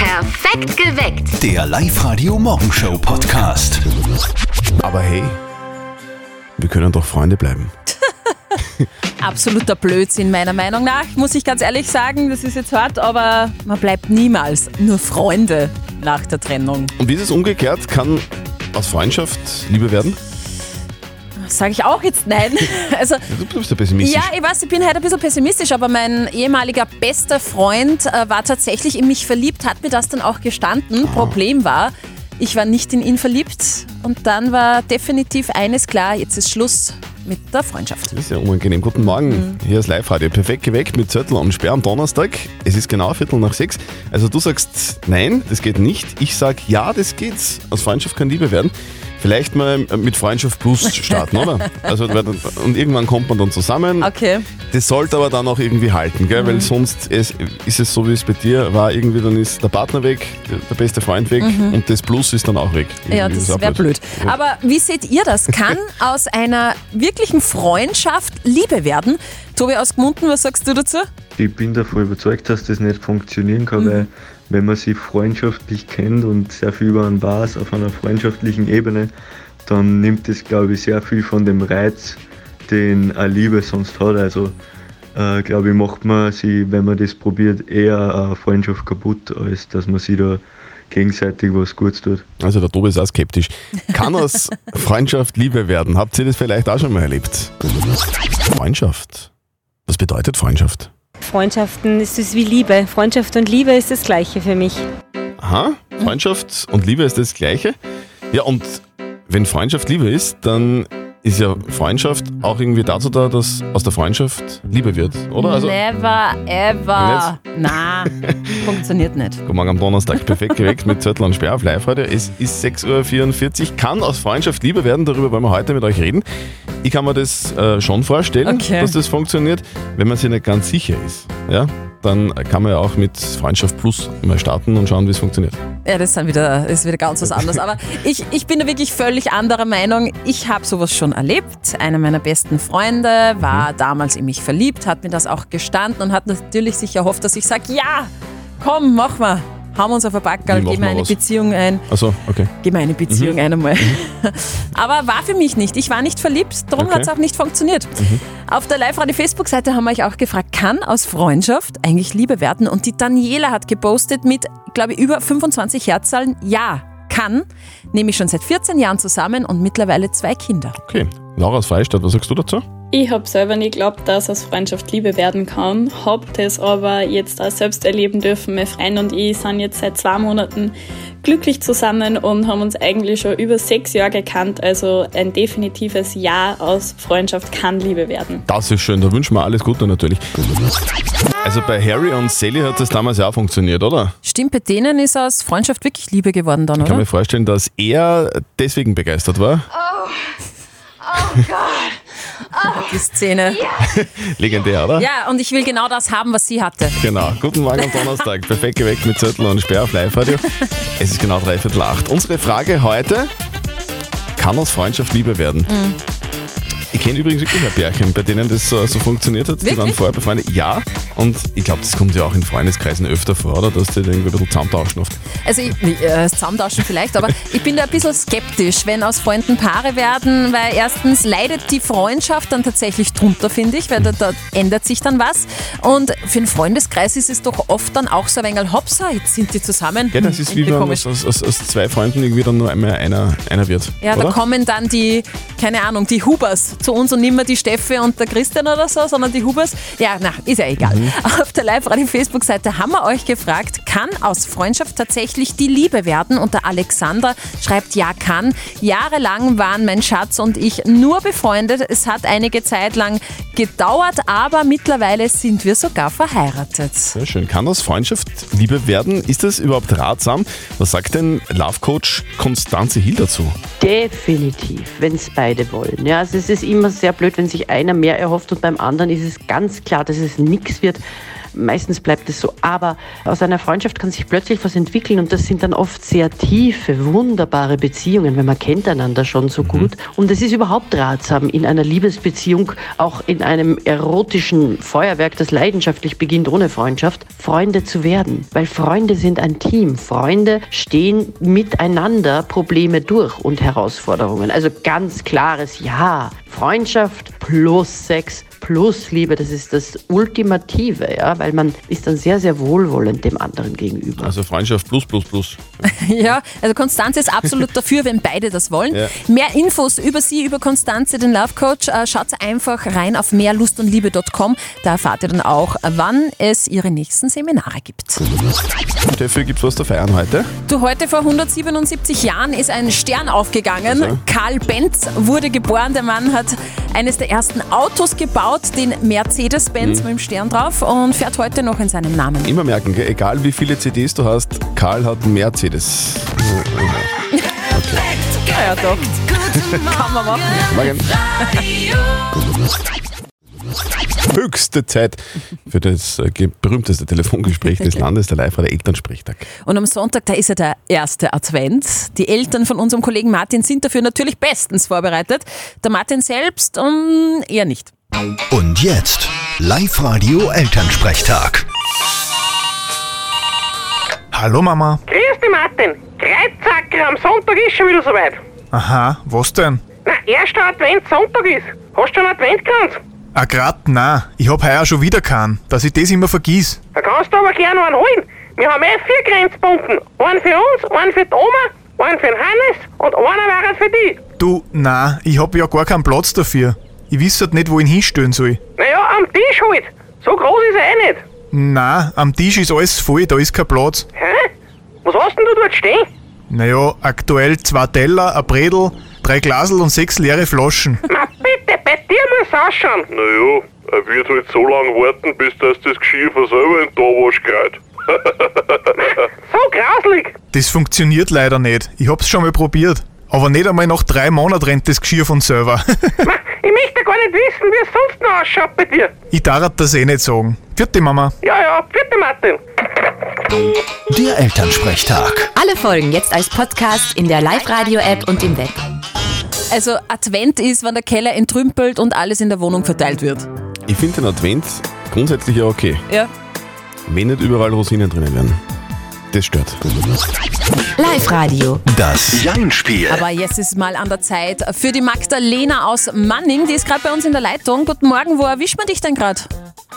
Perfekt geweckt. Der Live-Radio Morgenshow Podcast. Aber hey, wir können doch Freunde bleiben. absoluter Blödsinn meiner Meinung nach, muss ich ganz ehrlich sagen. Das ist jetzt hart, aber man bleibt niemals nur Freunde nach der Trennung. Und wie ist es umgekehrt? Kann aus Freundschaft Liebe werden? Sage ich auch jetzt nein. Also Du bist ein pessimistisch. ja, ich weiß, ich bin halt ein bisschen pessimistisch, aber mein ehemaliger bester Freund äh, war tatsächlich in mich verliebt, hat mir das dann auch gestanden. Problem war, ich war nicht in ihn verliebt und dann war definitiv eines klar, jetzt ist Schluss mit der Freundschaft. Das ist ja unangenehm. Guten Morgen, hier ist Live-Radio. Perfekt geweckt mit Zettel und Sperr am Donnerstag. Es ist genau Viertel nach sechs. Also du sagst nein, das geht nicht. Ich sag ja, das geht. Aus Freundschaft kann Liebe werden. Vielleicht mal mit Freundschaft Plus starten, oder? Also, weil dann- und irgendwann kommt man dann zusammen. Okay. Mhm. Das sollte aber dann auch irgendwie halten, gell? weil sonst es, ist es so, wie es bei dir war, irgendwie dann ist der Partner weg, der beste Freund weg und das Plus ist dann auch weg. Mhm. Ja, Irgendwie ist das auch wäre blöd. Aber wie seht ihr das? Kann aus einer wirklichen Freundschaft Liebe werden? Tobi aus Gmunden, was sagst du dazu? Ich bin davon überzeugt, dass das nicht funktionieren kann, weil wenn man sich freundschaftlich kennt und sehr viel über einen weiß auf einer freundschaftlichen Ebene, dann nimmt das, glaube ich, sehr viel von dem Reiz, den eine Liebe sonst hat. Also, äh, glaube ich, macht man sie, wenn man das probiert, eher eine Freundschaft kaputt, als dass man sich da gegenseitig was Gutes tut. Also der Tobi ist auch skeptisch. Kann aus Freundschaft Liebe werden? Habt ihr das vielleicht auch schon mal erlebt? Freundschaft. Was bedeutet Freundschaft? Freundschaften ist es wie Liebe. Freundschaft und Liebe ist das Gleiche für mich. Aha, Freundschaft und Liebe ist das Gleiche. Ja, und wenn Freundschaft Liebe ist, dann ist ja Freundschaft auch irgendwie dazu da, dass aus der Freundschaft Liebe wird, oder? Also, Never ever. Na, funktioniert nicht. Guten Morgen am Donnerstag, perfekt geweckt mit Zettel und Sperr auf live heute. Es ist 6.44 Uhr, kann aus Freundschaft Liebe werden, darüber wollen wir heute mit euch reden. Ich kann mir das äh, schon vorstellen, Okay. dass das funktioniert. Wenn man sich nicht ganz sicher ist, ja, dann kann man ja auch mit Freundschaft Plus mal starten und schauen, wie es funktioniert. Ja, das ist dann wieder, ist wieder ganz was anderes. Aber ich, ich bin da wirklich völlig anderer Meinung. Ich habe sowas schon erlebt. Einer meiner besten Freunde war Mhm. damals in mich verliebt, hat mir das auch gestanden und hat natürlich sich erhofft, dass ich sage, ja, komm, mach mal. Haben uns auf ein Backerl, Wie machen geben wir eine was? Beziehung ein. Also, okay. gemeine Beziehung Mhm. einmal. Aber war für mich nicht. Ich war nicht verliebt, darum Okay. Mhm. hat es auch nicht funktioniert. Auf der Live-Radio-Facebook-Seite haben wir euch auch gefragt, kann aus Freundschaft eigentlich Liebe werden? Und die Daniela hat gepostet mit, glaube ich, über 25 Herzzahlen, ja, kann. Nehme ich schon seit 14 Jahren zusammen und mittlerweile zwei Kinder. Okay. Laura aus Freistadt, was sagst du dazu? Ich habe selber nie geglaubt, dass aus Freundschaft Liebe werden kann, habe das aber jetzt auch selbst erleben dürfen. Mein Freund und ich sind jetzt seit zwei Monaten glücklich zusammen und haben uns eigentlich schon über sechs Jahre gekannt. Also ein definitives Ja aus Freundschaft kann Liebe werden. Das ist schön, da wünschen wir alles Gute natürlich. Also bei Harry und Sally hat das damals ja auch funktioniert, oder? Stimmt, bei denen ist aus Freundschaft wirklich Liebe geworden dann, Ich kann oder? mir vorstellen, dass er deswegen begeistert war. Die Szene. Legendär, oder? Ja, und ich will genau das haben, was sie hatte. Genau. Guten Morgen am Donnerstag. Perfekt geweckt mit Zettel und Sperr auf Live-Radio. Es ist genau drei Viertel acht. Unsere Frage heute: Kann aus Freundschaft Liebe werden? Mhm. Ich kenne übrigens wirklich ein Pärchen, bei denen das so, so funktioniert hat. Die waren Wirklich? vorher befreundet. Ja, und ich glaube, das kommt ja auch in Freundeskreisen öfter vor, oder? Dass die da irgendwie ein bisschen zusammentauschen oft. Also ich, nee, äh, zusammentauschen vielleicht, aber ich bin da ein bisschen skeptisch, wenn aus Freunden Paare werden, weil erstens leidet die Freundschaft dann tatsächlich drunter, finde ich, weil da, da ändert sich dann was. Und für den Freundeskreis ist es doch oft dann auch so ein wenig hopsa, jetzt sind die zusammen. Ja, das ist wie Irgendwie wenn komisch. aus, aus, aus, aus zwei Freunden irgendwie dann nur einmal einer, einer wird. Ja, oder? da kommen dann die, keine Ahnung, die Hubers zu uns und nicht mehr die Steffi und der Christian oder so, sondern die Hubers. Ja, na, ist ja egal. Auf der Live-Radio-Facebook-Seite haben wir euch gefragt, kann aus Freundschaft tatsächlich die Liebe werden? Und der Alexander schreibt, ja, kann. Jahrelang waren mein Schatz und ich nur befreundet. Es hat einige Zeit lang gedauert, aber mittlerweile sind wir sogar verheiratet. Sehr schön. Kann aus Freundschaft Liebe werden? Ist das überhaupt ratsam? Was sagt denn Love Coach Konstanze Hill dazu? Definitiv, wenn es beide wollen. Ja, also es ist immer sehr blöd, wenn sich einer mehr erhofft und beim anderen ist es ganz klar, dass es nichts wird, meistens bleibt es so. Aber aus einer Freundschaft kann sich plötzlich was entwickeln und das sind dann oft sehr tiefe, wunderbare Beziehungen, wenn man kennt einander schon so gut. Und es ist überhaupt ratsam, in einer Liebesbeziehung, auch in einem erotischen Feuerwerk, das leidenschaftlich beginnt ohne Freundschaft, Freunde zu werden. Weil Freunde sind ein Team. Freunde stehen miteinander Probleme durch und Herausforderungen. Also ganz klares Ja. Freundschaft plus Sex plus Liebe, das ist das Ultimative, ja, weil man ist dann sehr, sehr wohlwollend dem anderen gegenüber. Also Freundschaft plus, plus, plus. Ja, also Konstanze ist absolut dafür, wenn beide das wollen. Ja. Mehr Infos über sie, über Konstanze, den Love Coach, äh, schaut einfach rein auf mehrlustundliebe.com. Da erfahrt ihr dann auch, wann es ihre nächsten Seminare gibt. Dafür gibt's was zu feiern heute. Du, heute vor 177 Jahren ist ein Stern aufgegangen. Also. Karl Benz wurde geboren. Der Mann hat eines der ersten Autos gebaut, den Mercedes-Benz mit dem Stern drauf und fährt heute noch in seinem Namen. Immer merken, gell? egal wie viele CDs du hast, Karl hat einen Mercedes. Ja, doch. Kann man machen. Morgen. Höchste Zeit für das äh, ge- berühmteste Telefongespräch des Landes, der live der Elternsprechtag. Und am Sonntag, da ist ja der erste Advent. Die Eltern von unserem Kollegen Martin sind dafür natürlich bestens vorbereitet. Der Martin selbst ähm, eher nicht. Und jetzt Live-Radio Elternsprechtag. Hallo Mama. Grüß dich, Martin. Kreuzzacker, am Sonntag ist schon wieder soweit. Aha, was denn? Na, erster Advent, Sonntag ist. Hast du schon Adventkranz? Ah, grad na, ich hab heuer schon wieder keinen, dass ich das immer vergiss. Da kannst du aber gerne einen holen. Wir haben eh vier Grenzpunkten. Einen für uns, einen für die Oma, einen für den Hannes und einer wäre für dich. Du, na, ich hab ja gar keinen Platz dafür. Ich wiss halt nicht, wo ich ihn hinstellen soll. Naja, am Tisch halt. So groß ist er eh nicht. Na, am Tisch ist alles voll, da ist kein Platz. Hä? Was hast denn du dort stehen? Naja, aktuell zwei Teller, ein Bredel, drei Glasel und sechs leere Flaschen. Na bitte, bei dir muss es ausschauen. Naja, er wird halt so lange warten, bis das das Geschirr von selber in den Tawasch geht. So grauslig. Das funktioniert leider nicht. Ich hab's schon mal probiert. Aber nicht einmal nach drei Monaten rennt das Geschirr von selber. Ma, ich möchte gar nicht wissen, wie es sonst noch ausschaut bei dir. ich darf das eh nicht sagen. Vierte Mama. Ja, ja, bitte, Martin. Der Elternsprechtag. Alle Folgen jetzt als Podcast in der Live-Radio-App und im Web. Also Advent ist, wenn der Keller entrümpelt und alles in der Wohnung verteilt wird. Ich finde den Advent grundsätzlich ja okay, Ja. wenn nicht überall Rosinen drinnen wären. Das stört. Live-Radio. Das Jein-Spiel. Aber jetzt ist mal an der Zeit für die Magdalena aus Manning. Die ist gerade bei uns in der Leitung. Guten Morgen, wo erwischt man dich denn gerade?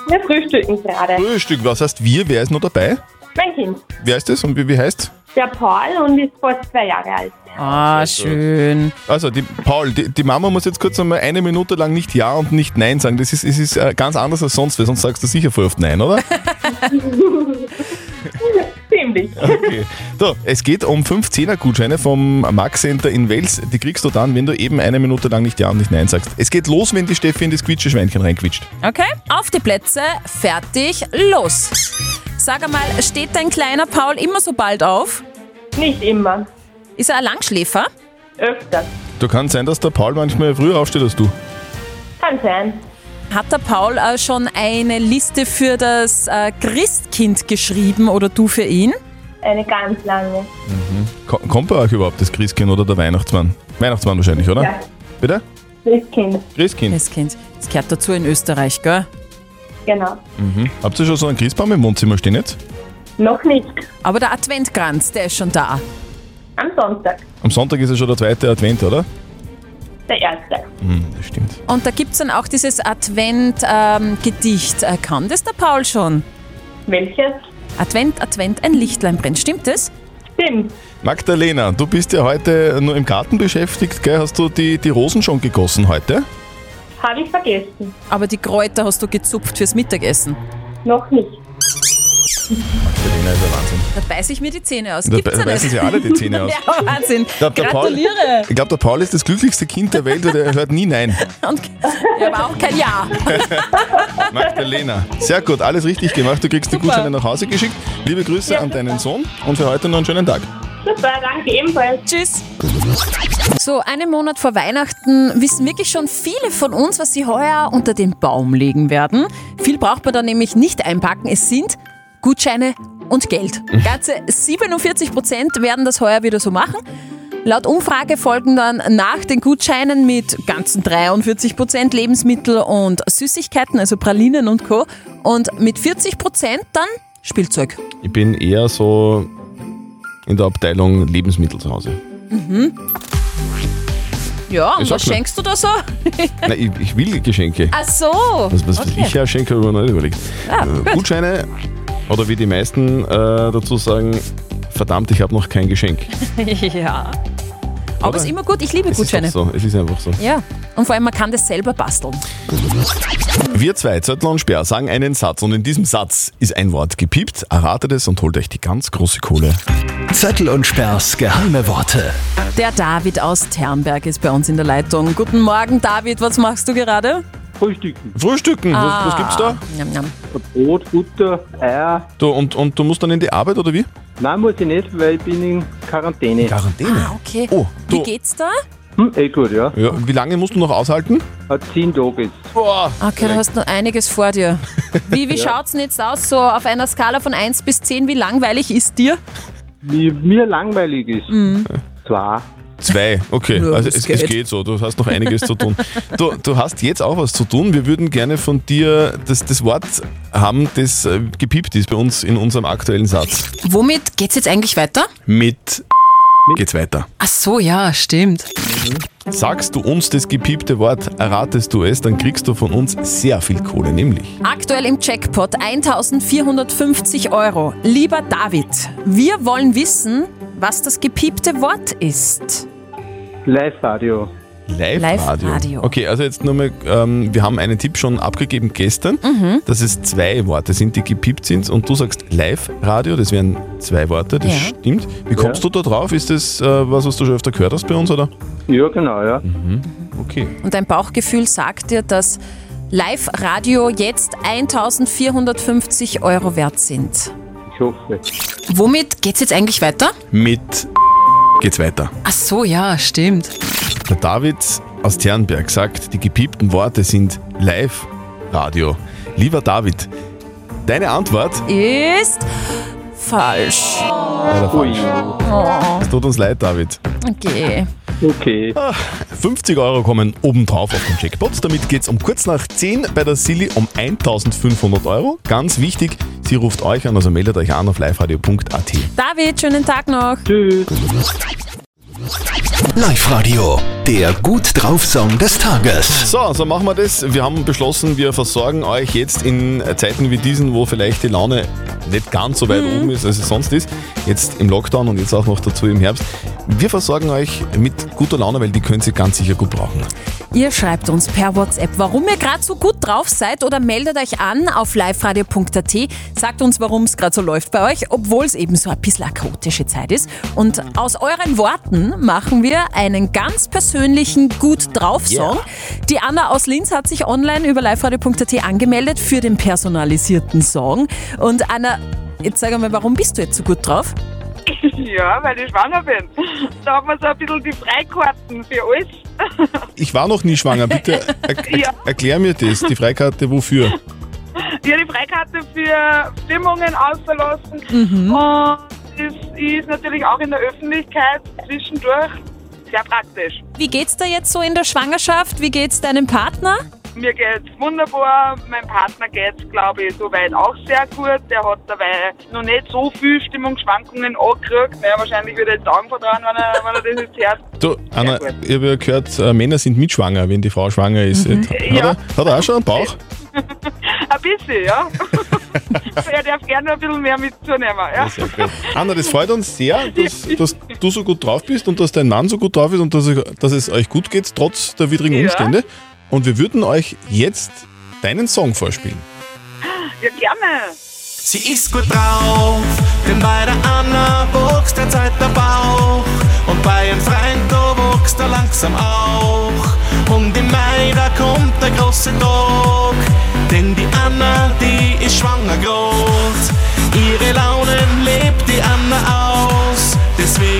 Wir frühstücken gerade. Frühstück, was heißt wir? Wer ist noch dabei? Mein Kind, Wer ist das und wie, wie heißt der Paul und ist vor zwei Jahre alt. Ah, schön. Also, die, Paul, die, die Mama muss jetzt kurz einmal eine Minute lang nicht Ja und nicht Nein sagen. Das ist, es ist äh, ganz anders als sonst, weil sonst sagst du sicher voll oft Nein, oder? Ziemlich. Okay. So, es geht um 5 Zehner-Gutscheine vom Max Center in Wels. Die kriegst du dann, wenn du eben eine Minute lang nicht Ja und nicht Nein sagst. Es geht los, wenn die Steffi in das Quietscheschweinchen reinquitscht. Okay, auf die Plätze, fertig, los. Sag einmal, steht dein kleiner Paul immer so bald auf? Nicht immer. Ist er ein Langschläfer? Öfters. Du kannst sein, dass der Paul manchmal früher aufsteht als du. Kann sein. Hat der Paul äh, schon eine Liste für das äh, Christkind geschrieben oder du für ihn? Eine ganz lange. Ko kommt bei euch überhaupt das Christkind oder der Weihnachtsmann? Weihnachtsmann wahrscheinlich, oder? Ja. Bitte? Das Kind, Christkind. Christkind. Das gehört dazu in Österreich, gell? genau. Habt ihr schon so einen Christbaum im Wohnzimmer stehen jetzt? Noch nicht. Aber der Adventkranz, der ist schon da. Am Sonntag, Am Sonntag ist ja schon der zweite Advent, oder? der erste. Hm, das stimmt. Und da gibt es dann auch dieses Advent-Gedicht. äh, kann das der Paul schon? Welches? Advent, Advent, ein Lichtlein brennt. Stimmt das? Stimmt. Magdalena, du bist ja heute nur im Garten beschäftigt, gell? Hast du die, die Rosen schon gegossen heute? Habe ich vergessen. Aber die Kräuter hast du gezupft fürs Mittagessen. Noch nicht. Magdalena ist ja Wahnsinn. Da beiß ich mir die Zähne aus. Da Gibt's be- ja beißen sie nicht. alle die Zähne aus. Ja, Wahnsinn. glaub, der Paul- Gratuliere. Ich glaube, der Paul ist das glücklichste Kind der Welt, weil der hört nie Nein. Und, ja, aber auch kein Ja. Magdalena. Sehr gut, alles richtig gemacht. Du kriegst die Super. Gutscheine nach Hause geschickt. Liebe Grüße an deinen Sohn und für heute noch einen schönen Tag. Super, danke ebenfalls. Tschüss. So, einen Monat vor Weihnachten wissen wirklich schon viele von uns, was sie heuer unter den Baum legen werden. Viel braucht man da nämlich nicht einpacken. Es sind Gutscheine und Geld. Ganze 47 Prozent werden das heuer wieder so machen. Laut Umfrage folgen dann nach den Gutscheinen mit ganzen 43 Prozent Lebensmittel und Süßigkeiten, also Pralinen und Co. Und mit 40 Prozent dann Spielzeug. Ich bin eher so in der Abteilung Lebensmittel zu Hause. Mhm. Ja, und Ich was sag mir. schenkst du da so? Nein, ich, ich will Geschenke. Ach so. Was, was okay. ich ja schenke, habe ich mir nicht überlegt. Ah, Äh, gut. Gutscheine, oder wie die meisten äh, dazu sagen, verdammt, ich habe noch kein Geschenk. ja. Aber Oder? es ist immer gut, ich liebe Es ist doch Gutscheine. so, es ist einfach so. Ja, und vor allem, man kann das selber basteln. Wir zwei, Zettel und Speer, sagen einen Satz und in diesem Satz ist ein Wort gepiept. Erratet es und holt euch die ganz große Kohle. Zettel und Sperrs geheime Worte. Der David aus Ternberg ist bei uns in der Leitung. Guten Morgen, David, was machst du gerade? Frühstücken. Frühstücken, Ah. was, was gibt's da? Njam, njam. Brot, Butter, Eier. Du, und, und du musst dann in die Arbeit oder wie? Nein, muss ich nicht, weil ich bin in Quarantäne. Quarantäne? Ah, Okay. Wie Oh, du- geht's da? Hm, eh gut, ja. ja. Wie lange musst du noch aushalten? Zehn Tage jetzt. Boah. Okay, du hast noch einiges vor dir. Wie, wie schaut's denn jetzt aus, so auf einer Skala von 1 bis 10, wie langweilig ist dir? Wie mir langweilig ist. Zwei. Zwei, okay. Ja, also das es, geht. es geht so, du hast noch einiges zu tun. Du, du hast jetzt auch was zu tun. Wir würden gerne von dir das, das Wort haben, das äh, gepiept ist bei uns in unserem aktuellen Satz. Womit geht's jetzt eigentlich weiter? Mit geht's weiter. Ach so, ja, stimmt. Sagst du uns das gepiepte Wort, erratest du es, dann kriegst du von uns sehr viel Kohle, nämlich. Aktuell im Jackpot 1450 Euro. Lieber David, wir wollen wissen, was das gepiepte Wort ist. Live-Radio. Live-Radio. Live-Radio. okay, also jetzt nur mal, ähm, wir haben einen Tipp schon abgegeben gestern, Mhm. dass es zwei Worte sind, die gepiept sind und du sagst Live-Radio, das wären zwei Worte, das Ja. stimmt. Wie kommst du da drauf? Ist das äh, was, was du schon öfter gehört hast bei uns, oder? Ja, genau, ja. Okay. Und dein Bauchgefühl sagt dir, dass Live-Radio jetzt 1450 Euro wert sind. Ich hoffe. Womit geht's jetzt eigentlich weiter? Mit geht's weiter. Ach so, ja, stimmt. Der David aus Ternberg sagt, die gepiepten Worte sind Live-Radio. Lieber David, deine Antwort Ist falsch. leider falsch. Oh, Es tut uns leid, David. okay. Okay. 50 Euro kommen obendrauf auf den Jackpot. Damit geht es um kurz nach 10 bei der Silly um 1500 Euro. Ganz wichtig, sie ruft euch an, also meldet euch an auf liveradio.at. David, schönen Tag noch. Tschüss. Live-Radio, der Gut drauf Song des Tages. So, so machen wir das. Wir haben beschlossen, wir versorgen euch jetzt in Zeiten wie diesen, wo vielleicht die Laune nicht ganz so weit oben ist, als es sonst ist. Jetzt im Lockdown und jetzt auch noch dazu im Herbst. Wir versorgen euch mit guter Laune, weil die könnt ihr ganz sicher gut brauchen. Ihr schreibt uns per WhatsApp, warum ihr gerade so gut drauf seid oder meldet euch an auf liveradio.at, sagt uns, warum es gerade so läuft bei euch, obwohl es eben so ein bisschen eine chaotische Zeit ist. Und aus euren Worten machen wir einen ganz persönlichen Gut drauf Song. Die Anna aus Linz hat sich online über liveradio.at angemeldet für den personalisierten Song. Und Anna, jetzt sag mal, warum bist du jetzt so gut drauf? Ja, weil ich schwanger bin. Da hat man so ein bisschen die Freikarten für alles. Ich war noch nie schwanger. Bitte er Ja. erklär mir das, die Freikarte, wofür? Ja, die Freikarte für Stimmungen auszulassen. Mhm. Und das ist natürlich auch in der Öffentlichkeit zwischendurch sehr praktisch. Wie geht's dir jetzt so in der Schwangerschaft? Wie geht's deinem Partner? Mir geht's wunderbar, meinem Partner geht's, glaube ich, soweit auch sehr gut. Der hat dabei noch nicht so viel Stimmungsschwankungen angekriegt. Er wahrscheinlich wieder die Augen verdrehen, wenn er, wenn er das jetzt hört. Du, Anna, ich habe ja gehört, äh, Männer sind mitschwanger, wenn die Frau schwanger ist. Mhm. Hat, Ja. er, hat er auch schon einen Bauch? Ein bisschen, ja. Also er darf gerne noch ein bisschen mehr mitzunehmen. Ja. Sehr gut. Anna, das freut uns sehr, dass, dass du so gut drauf bist und dass dein Mann so gut drauf ist und dass, euch- dass es euch gut geht, trotz der widrigen Ja. Umstände. Und wir würden euch jetzt deinen Song vorspielen. ja, gerne. Sie ist gut drauf, denn bei der Anna wuchs derzeit der Bauch. Und bei einem Freund, da wuchs er langsam auch. Und im Mai, da kommt der große Tag. Denn die Anna, die ist schwanger groß. Ihre Launen lebt die Anna aus. Deswegen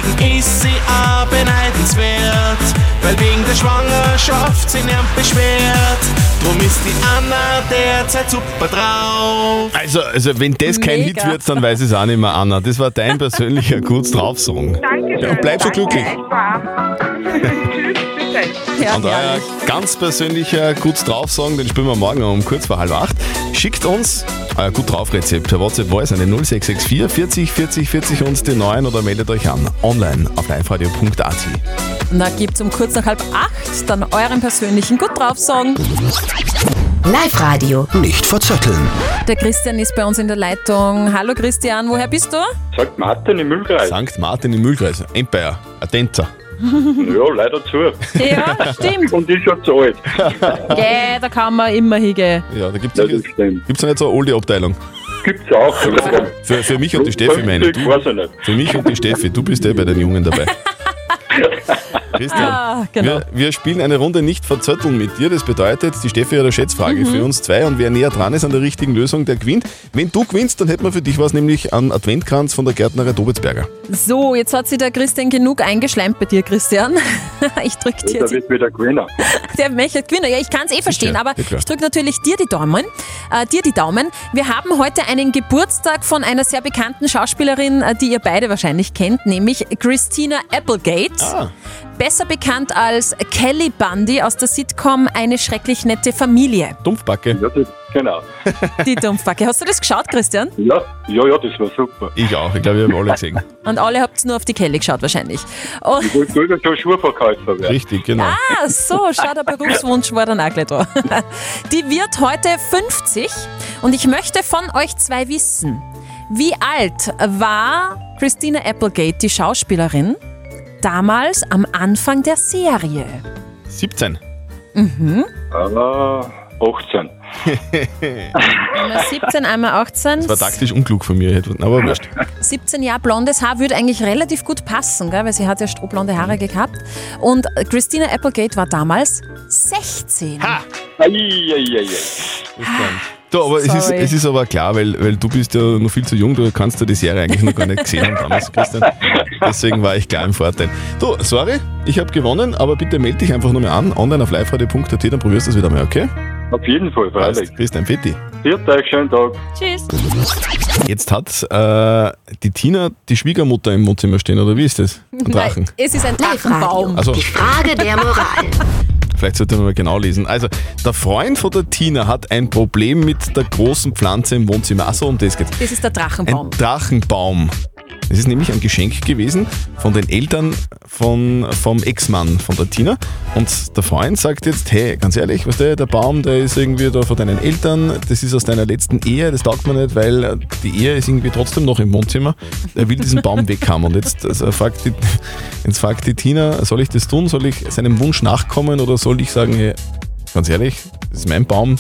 Schwangerschaft sie nicht beschwert. Drum ist die Anna derzeit super drauf. Also, also wenn das kein Mega. Hit wird, dann weiß ich es auch nicht mehr, Anna. Das war dein persönlicher kurz drauf Song. Danke Ja, bleib so glücklich. Ja, Und euer ganz persönlicher Gut drauf Song, den spielen wir morgen um kurz vor halb acht. Schickt uns euer Gut drauf Rezept per WhatsApp Voice an den 0664 40 40 40 und den neuen oder meldet euch an online auf liveradio.at. Und da gibt's um kurz nach halb acht dann euren persönlichen Gut drauf Song. Live Radio. Nicht verzetteln. Der Christian ist bei uns in der Leitung. Hallo Christian, woher bist du? St. Martin im Mühlkreis. St. Martin im Mühlkreis. Empire. Atenza. Ja, leider zu. Ja, stimmt. Und ist schon zu alt. Geh, da kann man immer hingehen. Ja, da gibt es gibt's ja nicht so eine Oldie-Abteilung. Gibt's auch. Für, für mich und die Steffi meine ich. Ich weiß ja nicht. Für mich und die Steffi, du bist eh bei den Jungen dabei. Christian, Ah, genau. wir, wir spielen eine Runde nicht verzötteln mit dir. Das bedeutet, die Steffi hat eine Schätzfrage Mhm. für uns zwei und wer näher dran ist an der richtigen Lösung, der gewinnt. Wenn du gewinnst, dann hätten wir für dich was, nämlich einen Adventkranz von der Gärtnerin Dobitzberger. So, jetzt hat sich der Christian genug eingeschleimt bei dir, Christian. Ich drück dir Da die, wird wieder Gewinner. der möchte Gewinner. Ja, ich kann es eh verstehen, aber ja, klar. ich drücke natürlich dir die Daumen. Äh, dir die Daumen. Wir haben heute einen Geburtstag von einer sehr bekannten Schauspielerin, äh, die ihr beide wahrscheinlich kennt, nämlich Christina Applegate. Ah. Besser bekannt als Kelly Bundy aus der Sitcom Eine schrecklich nette Familie. Dumpfbacke. Ja, das, genau. Die Dumpfbacke. Hast du das geschaut, Christian? Ja, ja, ja, das war super. Ich auch, ich glaube, wir haben alle gesehen. Und alle habt nur auf die Kelly geschaut wahrscheinlich. Und Ich wollte sogar schon Schuhverkäufer werden. Richtig, genau. Ah, so, schau, der Berufswunsch war dann auch gleich da. Die wird heute 50 und ich möchte von euch zwei wissen, wie alt war Christina Applegate, die Schauspielerin, damals am Anfang der Serie? 17. Mhm. Aber 18. Einmal 17, einmal 18. Das war taktisch unklug von mir, aber wurscht. 17 Jahre blondes Haar würde eigentlich relativ gut passen, gell? weil sie hat ja strohblonde Haare Mhm. gehabt. Und Christina Applegate war damals 16. Eieiei. Du, aber es ist, Sorry. es ist aber klar, weil, weil du bist ja noch viel zu jung, du kannst ja die Serie eigentlich noch gar nicht gesehen haben damals, Christian. Deswegen war ich klar im Vorteil. Du, sorry, ich habe gewonnen, aber bitte melde dich einfach nochmal an, online auf liveradio.at, dann probierst du es wieder mal, okay? Auf jeden Fall, freilich. Passt. Christian Fetti. Viert euch, schönen Tag. Tschüss. Jetzt hat äh, die Tina die Schwiegermutter im Wohnzimmer stehen, oder wie ist das? Ein Drachen. Nein, es ist ein Drachenbaum. Also- Die Frage der Moral. Vielleicht sollte man mal genau lesen. Also, der Freund von der Tina hat ein Problem mit der großen Pflanze im Wohnzimmer. Achso, um das geht's. Das ist der Drachenbaum. Ein Drachenbaum. Es ist nämlich ein Geschenk gewesen von den Eltern von, vom Ex-Mann von der Tina. Und der Freund sagt jetzt, hey, ganz ehrlich, weißt du, der Baum, der ist irgendwie da von deinen Eltern, das ist aus deiner letzten Ehe, das taugt mir nicht, weil äh, die Ehe ist irgendwie trotzdem noch im Wohnzimmer. Er will diesen Baum weg haben. Und jetzt, also fragt die, jetzt fragt die Tina, soll ich das tun? Soll ich seinem Wunsch nachkommen oder soll ich sagen, hey, ganz ehrlich, das ist mein Baum,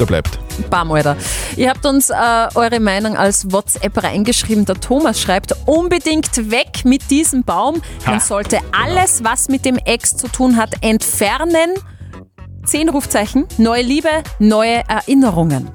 der bleibt. Bam, Alter. Ihr habt uns äh, eure Meinung als WhatsApp reingeschrieben. Der Thomas schreibt, unbedingt weg mit diesem Baum. Man Ha. sollte alles, was mit dem Ex zu tun hat, entfernen. Zehn Rufzeichen, neue Liebe, neue Erinnerungen.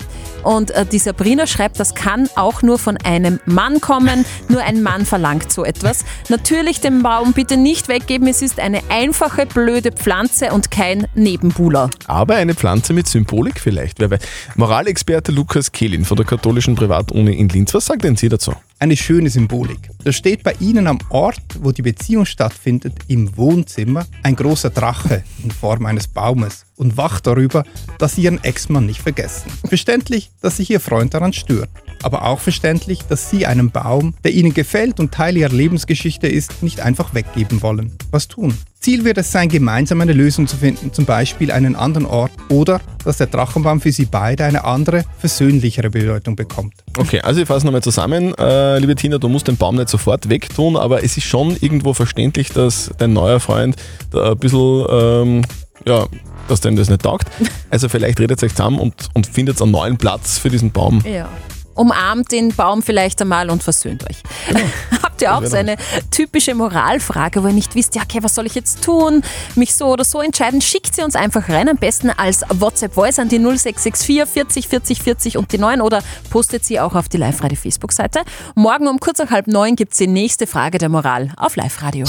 Und äh, die Sabrina schreibt, das kann auch nur von einem Mann kommen. Nur ein Mann verlangt so etwas. Natürlich den Baum bitte nicht weggeben. Es ist eine einfache, blöde Pflanze und kein Nebenbuhler. Aber eine Pflanze mit Symbolik vielleicht. Wer weiß. Moralexperte Lukas Kehlin von der katholischen Privatuni in Linz. Was sagt denn Sie dazu? eine schöne Symbolik. Da steht bei Ihnen am Ort, wo die Beziehung stattfindet, im Wohnzimmer, ein großer Drache in Form eines Baumes und wacht darüber, dass Sie Ihren Ex-Mann nicht vergessen. Verständlich, dass sich Ihr Freund daran stört. Aber auch verständlich, dass Sie einen Baum, der Ihnen gefällt und Teil Ihrer Lebensgeschichte ist, nicht einfach weggeben wollen. Was tun? Ziel wird es sein, gemeinsam eine Lösung zu finden, zum Beispiel einen anderen Ort oder dass der Drachenbaum für Sie beide eine andere, versöhnlichere Bedeutung bekommt. Okay, also ich fasse nochmal zusammen. Äh, liebe Tina, du musst den Baum nicht sofort wegtun, aber es ist schon irgendwo verständlich, dass dein neuer Freund da ein bisschen, ähm, ja, dass dem das nicht taugt. Also vielleicht redet euch zusammen und, und findet einen neuen Platz für diesen Baum. Ja. Umarmt den Baum vielleicht einmal und versöhnt euch. Habt ihr auch wär so eine typische Moralfrage, wo ihr nicht wisst, ja, okay, was soll ich jetzt tun? Mich so oder so entscheiden? Schickt sie uns einfach rein, am besten als WhatsApp-Voice an die 0664 40 40 40 und die 9 oder postet sie auch auf die Live-Radio-Facebook-Seite. Morgen um kurz nach halb neun gibt es die nächste Frage der Moral auf Live-Radio.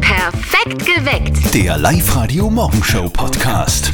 Perfekt geweckt. Der Live-Radio Morgenshow Podcast.